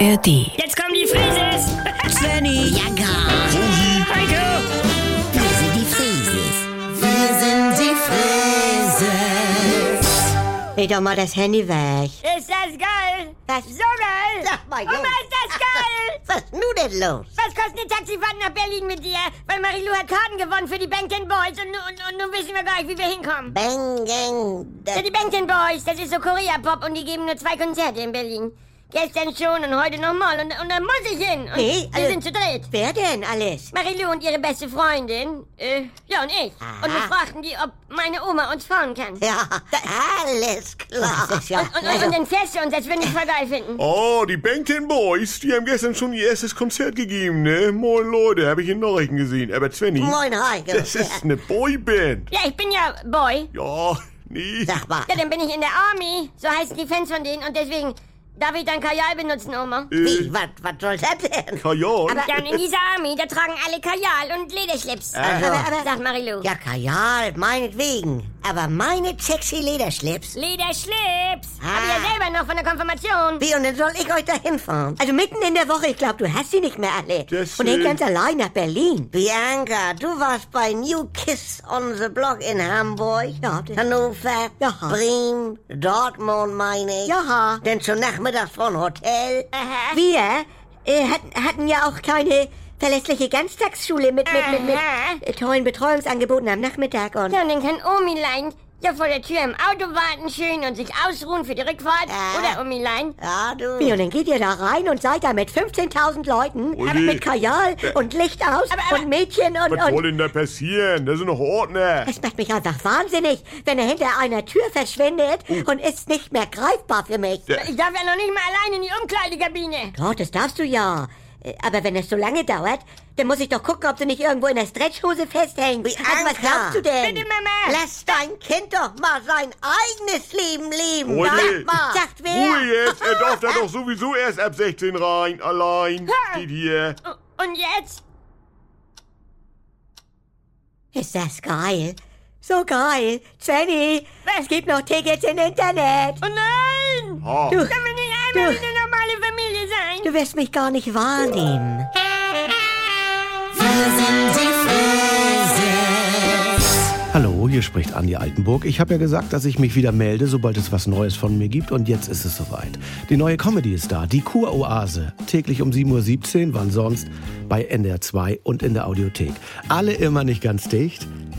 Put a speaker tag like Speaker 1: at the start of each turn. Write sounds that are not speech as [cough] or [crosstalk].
Speaker 1: ARD.
Speaker 2: Jetzt kommen die [laughs] Frises!
Speaker 3: Svenny,
Speaker 4: Ja, gar.
Speaker 2: Heiko!
Speaker 4: Wir sind die Frieses. Wir sind die Frieses.
Speaker 3: leg doch mal das Handy weg.
Speaker 2: Ist das geil?
Speaker 3: Was?
Speaker 2: So geil!
Speaker 3: Sag mal,
Speaker 2: Oma,
Speaker 3: Jungs.
Speaker 2: ist das geil!
Speaker 3: Was ist nun denn los?
Speaker 2: Was kostet eine Taxifahrt nach Berlin mit dir? Weil Marilou hat Karten gewonnen für die Bangtan Boys und, nu- und, und nun wissen wir gar nicht, wie wir hinkommen.
Speaker 3: Bang, gang,
Speaker 2: Ja,
Speaker 3: da-
Speaker 2: die Bangtan Boys, das ist so Korea-Pop und die geben nur zwei Konzerte in Berlin. Gestern schon und heute nochmal und, und da muss ich hin. Und
Speaker 3: Nee,
Speaker 2: wir
Speaker 3: also-
Speaker 2: sind zu dritt.
Speaker 3: Wer denn alles?
Speaker 2: Marilou und ihre beste Freundin, äh, ja und ich.
Speaker 3: Aha.
Speaker 2: Und wir fragten die, ob meine Oma uns fahren kann.
Speaker 3: Ja, alles klar. Also, Das ist [laughs] ja,
Speaker 2: Und, und, und dann fährst du uns, als würden wir es voll geil finden.
Speaker 5: Oh, die Bangtan Boys, die haben gestern schon ihr erstes Konzert gegeben, ne? Moin Leute, habe ich in Nachrichten gesehen. Aber Svenny,
Speaker 3: Moin, Heiko.
Speaker 5: das ist eine Boyband.
Speaker 2: Ja, ich bin ja Boy.
Speaker 5: Ja, nee.
Speaker 3: Sag mal,
Speaker 2: Ja, dann bin ich in der Army. So heißen die Fans von denen. Und deswegen darf ich dein Kajal benutzen, Oma.
Speaker 5: Äh,
Speaker 3: wie, was, was soll das denn?
Speaker 5: Kajal?
Speaker 2: Ja, und in dieser Army, da tragen alle Kajal und Lederschlips.
Speaker 3: Aha.
Speaker 2: Aber, aber, sag Marilou.
Speaker 3: Ja, Kajal, meinetwegen. Aber meine sexy Lederschlips.
Speaker 2: Lederschlips. Hab ich ja
Speaker 3: Ah.
Speaker 2: selber noch von der Konfirmation.
Speaker 3: Wie, und dann soll ich euch da hinfahren? Also mitten in der Woche, ich glaube, du hast sie nicht mehr alle.
Speaker 5: Das,
Speaker 3: und ich
Speaker 5: äh,
Speaker 3: ganz allein nach Berlin. Bianca, du warst bei New Kids on the Block in Hamburg,
Speaker 6: Ja, das-
Speaker 3: Hannover,
Speaker 6: Jaha.
Speaker 3: Bremen, Dortmund, meine ich.
Speaker 6: Jaha.
Speaker 3: Denn zum Nachmittag von Hotel.
Speaker 2: Aha.
Speaker 6: Wir äh, hat, hatten ja auch keine verlässliche Ganztagsschule mit, mit, mit, mit
Speaker 2: Aha.
Speaker 6: äh, tollen Betreuungsangeboten am Nachmittag und
Speaker 2: Ja, und dann kann Omilein ja vor der Tür im Auto warten schön und sich ausruhen für die Rückfahrt.
Speaker 3: Ah.
Speaker 2: Oder Omilein?
Speaker 3: Ja, du.
Speaker 6: Wie, und dann geht ihr da rein und seid da mit 15.000 Leuten
Speaker 5: Oh, nee.
Speaker 6: mit Kajal
Speaker 5: Äh.
Speaker 6: und Licht aus
Speaker 2: Aber- aber-
Speaker 6: und Mädchen und,
Speaker 5: Was soll
Speaker 6: und...
Speaker 5: denn da passieren? Da sind noch Ordner.
Speaker 6: Es macht mich einfach wahnsinnig, wenn er hinter einer Tür verschwindet
Speaker 5: Oh.
Speaker 6: und ist nicht mehr greifbar für mich.
Speaker 5: Ja.
Speaker 2: Ich darf ja noch nicht mal allein in die Umkleidekabine.
Speaker 6: Doch, das darfst du ja. Äh, Aber wenn es so lange dauert, dann muss ich doch gucken, ob du nicht irgendwo in der Stretchhose festhängst.
Speaker 3: Wie
Speaker 6: also, was
Speaker 3: Anker.
Speaker 6: glaubst du denn?
Speaker 2: Bitte, Mama.
Speaker 3: Lass dein Kind doch mal sein eigenes Leben leben.
Speaker 5: Oh, nee.
Speaker 3: Sag mal.
Speaker 6: Sagt wer?
Speaker 5: Ruhe jetzt, er darf da doch sowieso erst ab 16 rein. Allein steht hier.
Speaker 2: Und jetzt?
Speaker 6: Ist das geil? So geil. Svenny, es gibt noch Tickets im Internet.
Speaker 2: Oh nein!
Speaker 5: Ha.
Speaker 6: Du,
Speaker 2: Können wir nicht einmal wie eine normale Familie sein?
Speaker 6: du wirst mich gar nicht wahrnehmen.
Speaker 4: Wir sind die Frieses.
Speaker 7: Hallo, hier spricht Andi Altenburg. Ich habe ja gesagt, dass ich mich wieder melde, sobald es was Neues von mir gibt. Und jetzt ist es soweit. Die neue Comedy ist da, die Kuroase. Täglich um 7.17 Uhr, wann sonst? Bei NDR 2 und in der Audiothek. Alle immer nicht ganz dicht.